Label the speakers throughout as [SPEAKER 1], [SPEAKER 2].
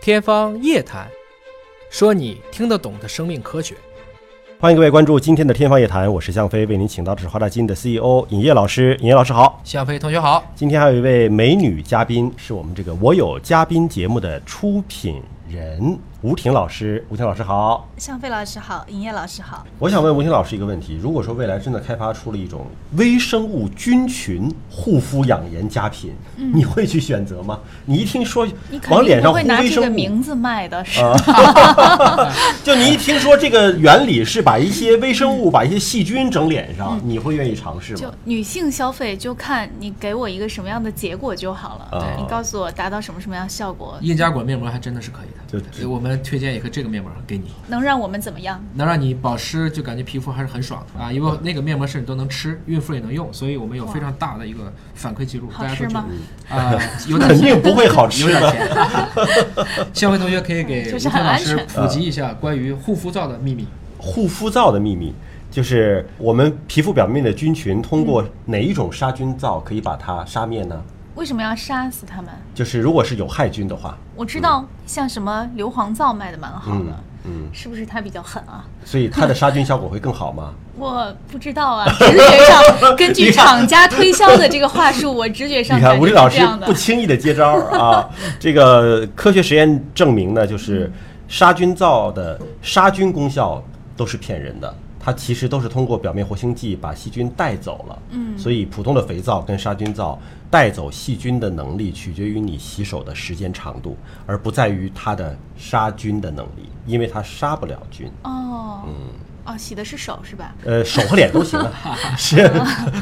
[SPEAKER 1] 天方夜谭，说你听得懂的生命科学。
[SPEAKER 2] 欢迎各位关注今天的《天方夜谭》，我是向飞，为您请到的是华大基因的 CEO 尹烨老师。尹烨老师好，
[SPEAKER 1] 向飞同学好，
[SPEAKER 2] 今天还有一位美女嘉宾，是我们这个“我有嘉宾”节目的出品人吴婷老师。吴婷老师好，
[SPEAKER 3] 向飞老师好，尹烨老师好。
[SPEAKER 2] 我想问吴婷老师一个问题：如果说未来真的开发出了一种微生物菌群护肤养颜佳品，你会去选择吗？你一听说
[SPEAKER 3] 嗯你肯
[SPEAKER 2] 往脸
[SPEAKER 3] 定
[SPEAKER 2] 上
[SPEAKER 3] 不
[SPEAKER 2] 糊
[SPEAKER 3] 会拿
[SPEAKER 2] 微
[SPEAKER 3] 这个
[SPEAKER 2] 生物，
[SPEAKER 3] 名字卖
[SPEAKER 2] 啊
[SPEAKER 3] 的，是
[SPEAKER 2] 就你一听说这个原理是把一些微生物、把一些细菌整脸上，你会愿意尝试
[SPEAKER 3] 嗯就
[SPEAKER 2] 吗？
[SPEAKER 3] 女性消费就看你给我一个什么样的结果就好了。
[SPEAKER 2] 啊
[SPEAKER 3] 你告诉我达到什么什么样的效果，
[SPEAKER 1] 印加果面膜还真的是可以的，
[SPEAKER 2] 就
[SPEAKER 1] 对我们推荐一个这个面膜给你，
[SPEAKER 3] 能让我们怎么样？
[SPEAKER 1] 能让你保湿，就感觉皮肤还是很爽的啊。因为那个面膜甚至都能吃，孕妇也能用，所以我们有非常大的一个反馈记录，
[SPEAKER 3] 好
[SPEAKER 1] 大家都
[SPEAKER 3] 吃
[SPEAKER 1] 知道
[SPEAKER 3] 吗？
[SPEAKER 1] 啊， 有 点
[SPEAKER 2] 肯定不会好吃
[SPEAKER 1] 有点
[SPEAKER 2] 的。
[SPEAKER 1] 甜。 向飞同学可以给吴
[SPEAKER 3] 就是
[SPEAKER 1] 婷
[SPEAKER 3] 很
[SPEAKER 1] 老
[SPEAKER 3] 安
[SPEAKER 1] 师
[SPEAKER 3] 全
[SPEAKER 1] 普及一下关于护肤皂的秘密。
[SPEAKER 2] 护肤皂的秘密，就是我们皮肤表面的菌群通过
[SPEAKER 1] 嗯
[SPEAKER 2] 哪一种杀菌皂可以把它杀灭呢？
[SPEAKER 3] 为什么要杀死他们？
[SPEAKER 2] 就是如果是有害菌的话，
[SPEAKER 3] 我知道，像什么硫磺皂卖的蛮好
[SPEAKER 2] 嗯
[SPEAKER 3] 的，
[SPEAKER 2] 嗯，
[SPEAKER 3] 是不是它比较狠啊？
[SPEAKER 2] 所以它的杀菌效果会更好吗？
[SPEAKER 3] 我不知道啊，直觉 上根据厂家推销的这个话术，我直觉上
[SPEAKER 2] 你
[SPEAKER 3] 感
[SPEAKER 2] 看
[SPEAKER 3] 觉
[SPEAKER 2] 吴丽
[SPEAKER 3] 是
[SPEAKER 2] 老
[SPEAKER 3] 这
[SPEAKER 2] 师
[SPEAKER 3] 样的
[SPEAKER 2] 不。轻易的接招儿 啊！这个科学实验证明呢，
[SPEAKER 3] 嗯
[SPEAKER 2] 就是杀菌皂的杀菌功效都是骗人的。它其实都是通过表面活性剂把细菌带走了，嗯，所以普通的肥皂跟杀菌皂带走细菌的能力取决于你洗手的时间长度，而不在于它的杀菌的能力，因为它杀不了菌。
[SPEAKER 3] 哦，
[SPEAKER 2] 嗯
[SPEAKER 3] 哦，洗的是手是吧？
[SPEAKER 2] 呃，手和脸都行 啊，是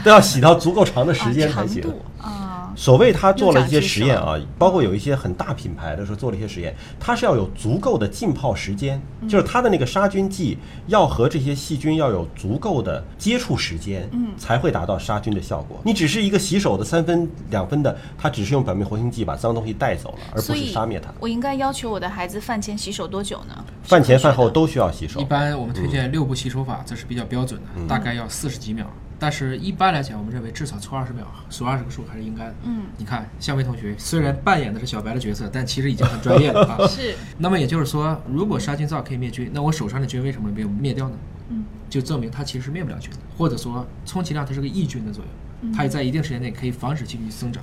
[SPEAKER 2] 都要洗到足够长的时间
[SPEAKER 3] 啊
[SPEAKER 2] 才
[SPEAKER 3] 长
[SPEAKER 2] 行。
[SPEAKER 3] 度啊，
[SPEAKER 2] 所谓他做了一些实验啊，包括有一些很大品牌的时候做了一些实验，它是要有足够的浸泡时间，就是它的那个杀菌剂要和这些细菌要有足够的接触时间，嗯，才会达到杀菌的效果。你只是一个洗手的三分两分的，它只是用表面活性剂把脏东西带走了，而不
[SPEAKER 3] 所
[SPEAKER 2] 是
[SPEAKER 3] 以
[SPEAKER 2] 杀灭它。
[SPEAKER 3] 我应该要求我的孩子饭前洗手多久 呢？
[SPEAKER 2] 饭前饭后都需要洗手
[SPEAKER 1] 一，般我们推荐六步洗手法，这是比较标准的，大概要四十几秒。但是一般来讲，我们认为至少搓二十秒，数二十个数还是应该的。嗯，你看向威同学虽然扮演的是小白的角色，但其实已经很专业了啊。
[SPEAKER 3] 是
[SPEAKER 2] 嗯
[SPEAKER 1] 那么也就是说，如果杀菌皂可以灭菌，那我手上的菌为什么没有灭掉呢？
[SPEAKER 3] 嗯，
[SPEAKER 1] 就证明它其实灭不了菌的，或者说充其量它是个抑菌的作用，它也在一定时间内可以防止细菌增长。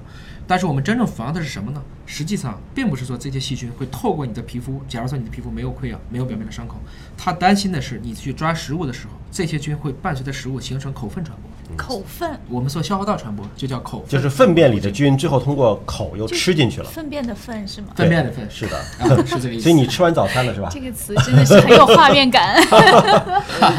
[SPEAKER 1] 但是我们真正防的是什么呢？实际上并不是说这些细菌会透过你的皮肤，假如说你的皮肤没有溃疡、没有表面的伤口，他担心的是你去抓食物的时候，这些菌会伴随着食物形成口粪传播。
[SPEAKER 3] 口粪，
[SPEAKER 1] 我们说消化道传播就叫口粪，
[SPEAKER 2] 就是粪便里的菌最后通过口又吃进去了，
[SPEAKER 3] 粪便的粪是吗？
[SPEAKER 1] 粪便的粪
[SPEAKER 2] 是的。
[SPEAKER 1] 啊，是这个意思。
[SPEAKER 2] 所以你吃完早餐了是吧？
[SPEAKER 3] 这个词真的是很有画 面感。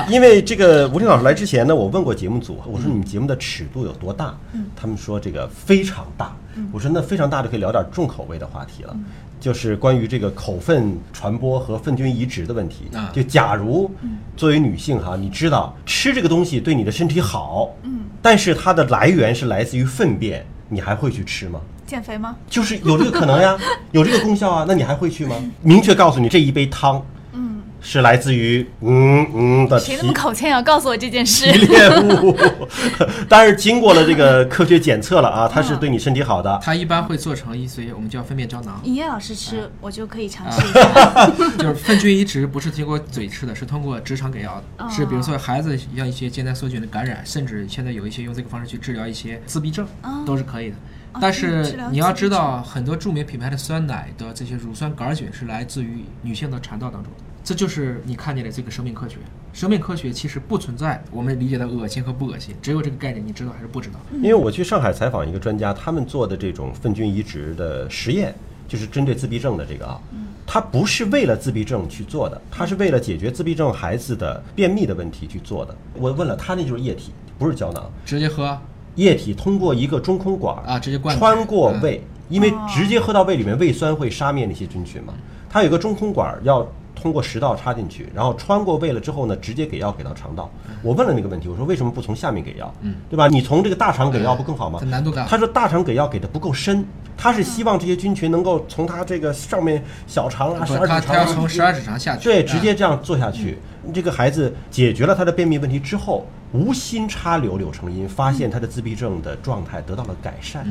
[SPEAKER 2] 因为这个吴婷老师来之前呢，我问过节目组，啊
[SPEAKER 3] 嗯
[SPEAKER 2] 我说你们节目的尺度有多大？他们说这个非常大。
[SPEAKER 3] 嗯
[SPEAKER 2] 我说那非常大就可以聊点重口味的话题了，就是关于这个口粪传播和粪菌移植的问题
[SPEAKER 1] 啊。
[SPEAKER 2] 就假如
[SPEAKER 3] 嗯
[SPEAKER 2] 作为女性哈，你知道吃这个东西对你的身体好，
[SPEAKER 3] 嗯
[SPEAKER 2] 但是它的来源是来自于粪便，你还会去吃吗？
[SPEAKER 3] 减肥吗？
[SPEAKER 2] 就是有这个可能 呀，有这个功效啊，那你还会去吗？明确告诉你这一杯汤，嗯，是来自于嗯嗯的
[SPEAKER 3] 谁
[SPEAKER 2] 提
[SPEAKER 3] 那么口欠要告诉我这 件事？
[SPEAKER 2] 提炼物，当然经过了这个科学检测了啊，它是对你身体好的。
[SPEAKER 1] 它一般会做成一些我们叫粪便胶囊，
[SPEAKER 3] 尹烨老师
[SPEAKER 2] 哎
[SPEAKER 3] 吃，我就可以尝试一
[SPEAKER 2] 啊
[SPEAKER 3] 下。
[SPEAKER 1] 就是粪菌移植不是通过嘴吃的，是通过直肠给药
[SPEAKER 3] 哦
[SPEAKER 1] 的，是比如说孩子像一些艰难梭菌的感染，甚至现在有一些用这个方式去治疗一些自闭症，
[SPEAKER 3] 哦
[SPEAKER 1] 都是可以的。但
[SPEAKER 3] 治
[SPEAKER 1] 是
[SPEAKER 3] 疗
[SPEAKER 1] 你要
[SPEAKER 3] 自
[SPEAKER 1] 知道，很多著名品牌的酸奶的这些乳酸杆菌是来自于女性的肠道当中的，这就是你看见的这个生命科学。生命科学其实不存在我们理解的恶心和不恶心，只有这个概念，你知道还是不知道？
[SPEAKER 2] 嗯因为我去上海采访一个专家，他们做的这种粪菌移植的实验，就是针对自闭症的这个啊，它不是为了自闭症去做的，它是为了解决自闭症孩子的便秘的问题去做的。我问了，他那就是液体，不是胶囊。
[SPEAKER 1] 直接喝
[SPEAKER 2] 液体通过一个中空管儿
[SPEAKER 1] 啊直接灌嗯
[SPEAKER 2] 穿过胃，因为直接喝到胃里面，胃酸会杀灭那些菌群嘛。它有一个中空管儿要通过食道插进去，然后穿过胃了之后呢，直接给药给到肠道。
[SPEAKER 1] 嗯
[SPEAKER 2] 我问了那个问题，我说为什么不从下面给药？对吧？你从这个大肠给药不更好吗？
[SPEAKER 1] 嗯难度大
[SPEAKER 2] 他说大肠给药给的不够深，他是希望这些菌群能够从它这个上面小肠啊、
[SPEAKER 1] 不
[SPEAKER 2] 十二指
[SPEAKER 1] 它
[SPEAKER 2] 肠
[SPEAKER 1] 它要
[SPEAKER 2] 啊
[SPEAKER 1] 从十二指肠下去，
[SPEAKER 2] 对，
[SPEAKER 1] 嗯
[SPEAKER 2] 直接这样做下去，这个孩子解决了他的便秘问题之
[SPEAKER 1] 嗯
[SPEAKER 2] 后，无心插柳柳成荫，发现他的自闭症的状态得到了改善，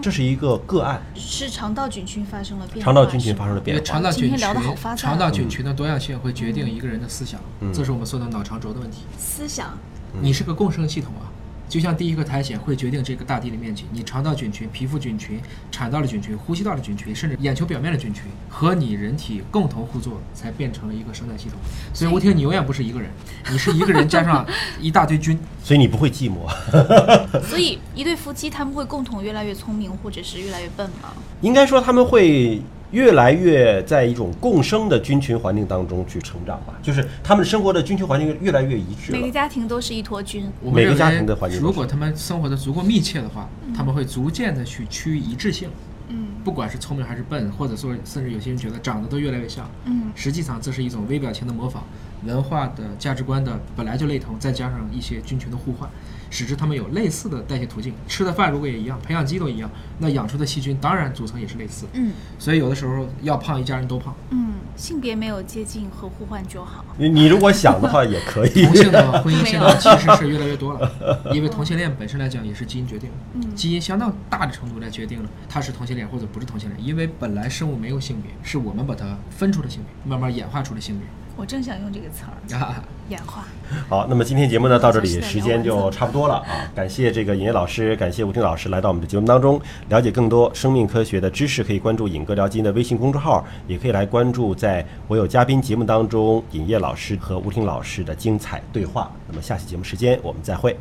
[SPEAKER 2] 这是一个个案，
[SPEAKER 3] 是肠道菌群发生了变化。
[SPEAKER 2] 肠道菌群发生了
[SPEAKER 1] 哦因
[SPEAKER 2] 变
[SPEAKER 1] 为
[SPEAKER 2] 化。
[SPEAKER 1] 肠道
[SPEAKER 3] 今
[SPEAKER 1] 菌
[SPEAKER 3] 天
[SPEAKER 1] 群
[SPEAKER 3] 聊得好发散啊
[SPEAKER 1] 肠道菌群的多样性会决定一个人的思想，这是我们说的脑肠轴的问题。
[SPEAKER 3] 思想，
[SPEAKER 1] 你是个共生系统啊，就像第一个苔藓会决定这个大地的面积，你肠道菌群、皮肤菌群、产道的菌群、呼吸道的菌群，甚至眼球表面的菌群和你人体共同互作，才变成了一个生态系统。所以吴婷，你永远不是一个人，你是一个人加上一大堆菌。
[SPEAKER 2] 所以你不会寂寞，
[SPEAKER 3] 所以一对夫妻他们会共同越来越聪明，或者是越来越笨吗？
[SPEAKER 2] 应该说他们会越来越在一种共生的菌群环境当中去成长吧，就是他们生活的菌群环境越来越一致
[SPEAKER 3] 每个
[SPEAKER 2] 了。
[SPEAKER 3] 家庭都是一坨菌，
[SPEAKER 1] 我们
[SPEAKER 2] 每个
[SPEAKER 1] 认
[SPEAKER 2] 家
[SPEAKER 1] 为
[SPEAKER 2] 庭的环境都
[SPEAKER 1] 如
[SPEAKER 2] 是
[SPEAKER 1] 果他们生活的足够密切的话，他们会逐渐的去趋于一致性。
[SPEAKER 3] 嗯
[SPEAKER 1] 不管是聪明还是笨，或者说甚至有些人觉得长得都越来越像，
[SPEAKER 3] 嗯，
[SPEAKER 1] 实际上这是一种微表情的模仿，文化的价值观的本来就类同，再加上一些菌群的互换，使之他们有类似的代谢途径。吃的饭如果也一样，培养基都一样，那养出的细菌当然组成也是类似。
[SPEAKER 3] 嗯
[SPEAKER 1] 所以有的时候要胖一家人都胖，
[SPEAKER 3] 嗯，性别没有接近和互换就好。
[SPEAKER 2] 你你如果想的话也可 以
[SPEAKER 1] 同，性的婚姻现在其实是越来越多了，因为同性恋本身来讲也是基因决定的，基因相当大的程度来决定了它是同性恋或者不是同性恋，因为本来生物没有性别，是我们把它分出的性别，慢慢演化出的性别。
[SPEAKER 3] 我正想用这个词儿，
[SPEAKER 1] 啊，
[SPEAKER 3] 演化。
[SPEAKER 2] 好，那么今天节目呢到这里，时间就差不多了啊！感谢这个尹烨老师，感谢吴军老师来到我们的节目当中。了解更多生命科学的知识，可以关注“尹哥聊基因”的微信公众号，也可以来关注在我有嘉宾节目当中尹烨老师和吴婷老师的精彩对话。那么下期节目时间我们再会。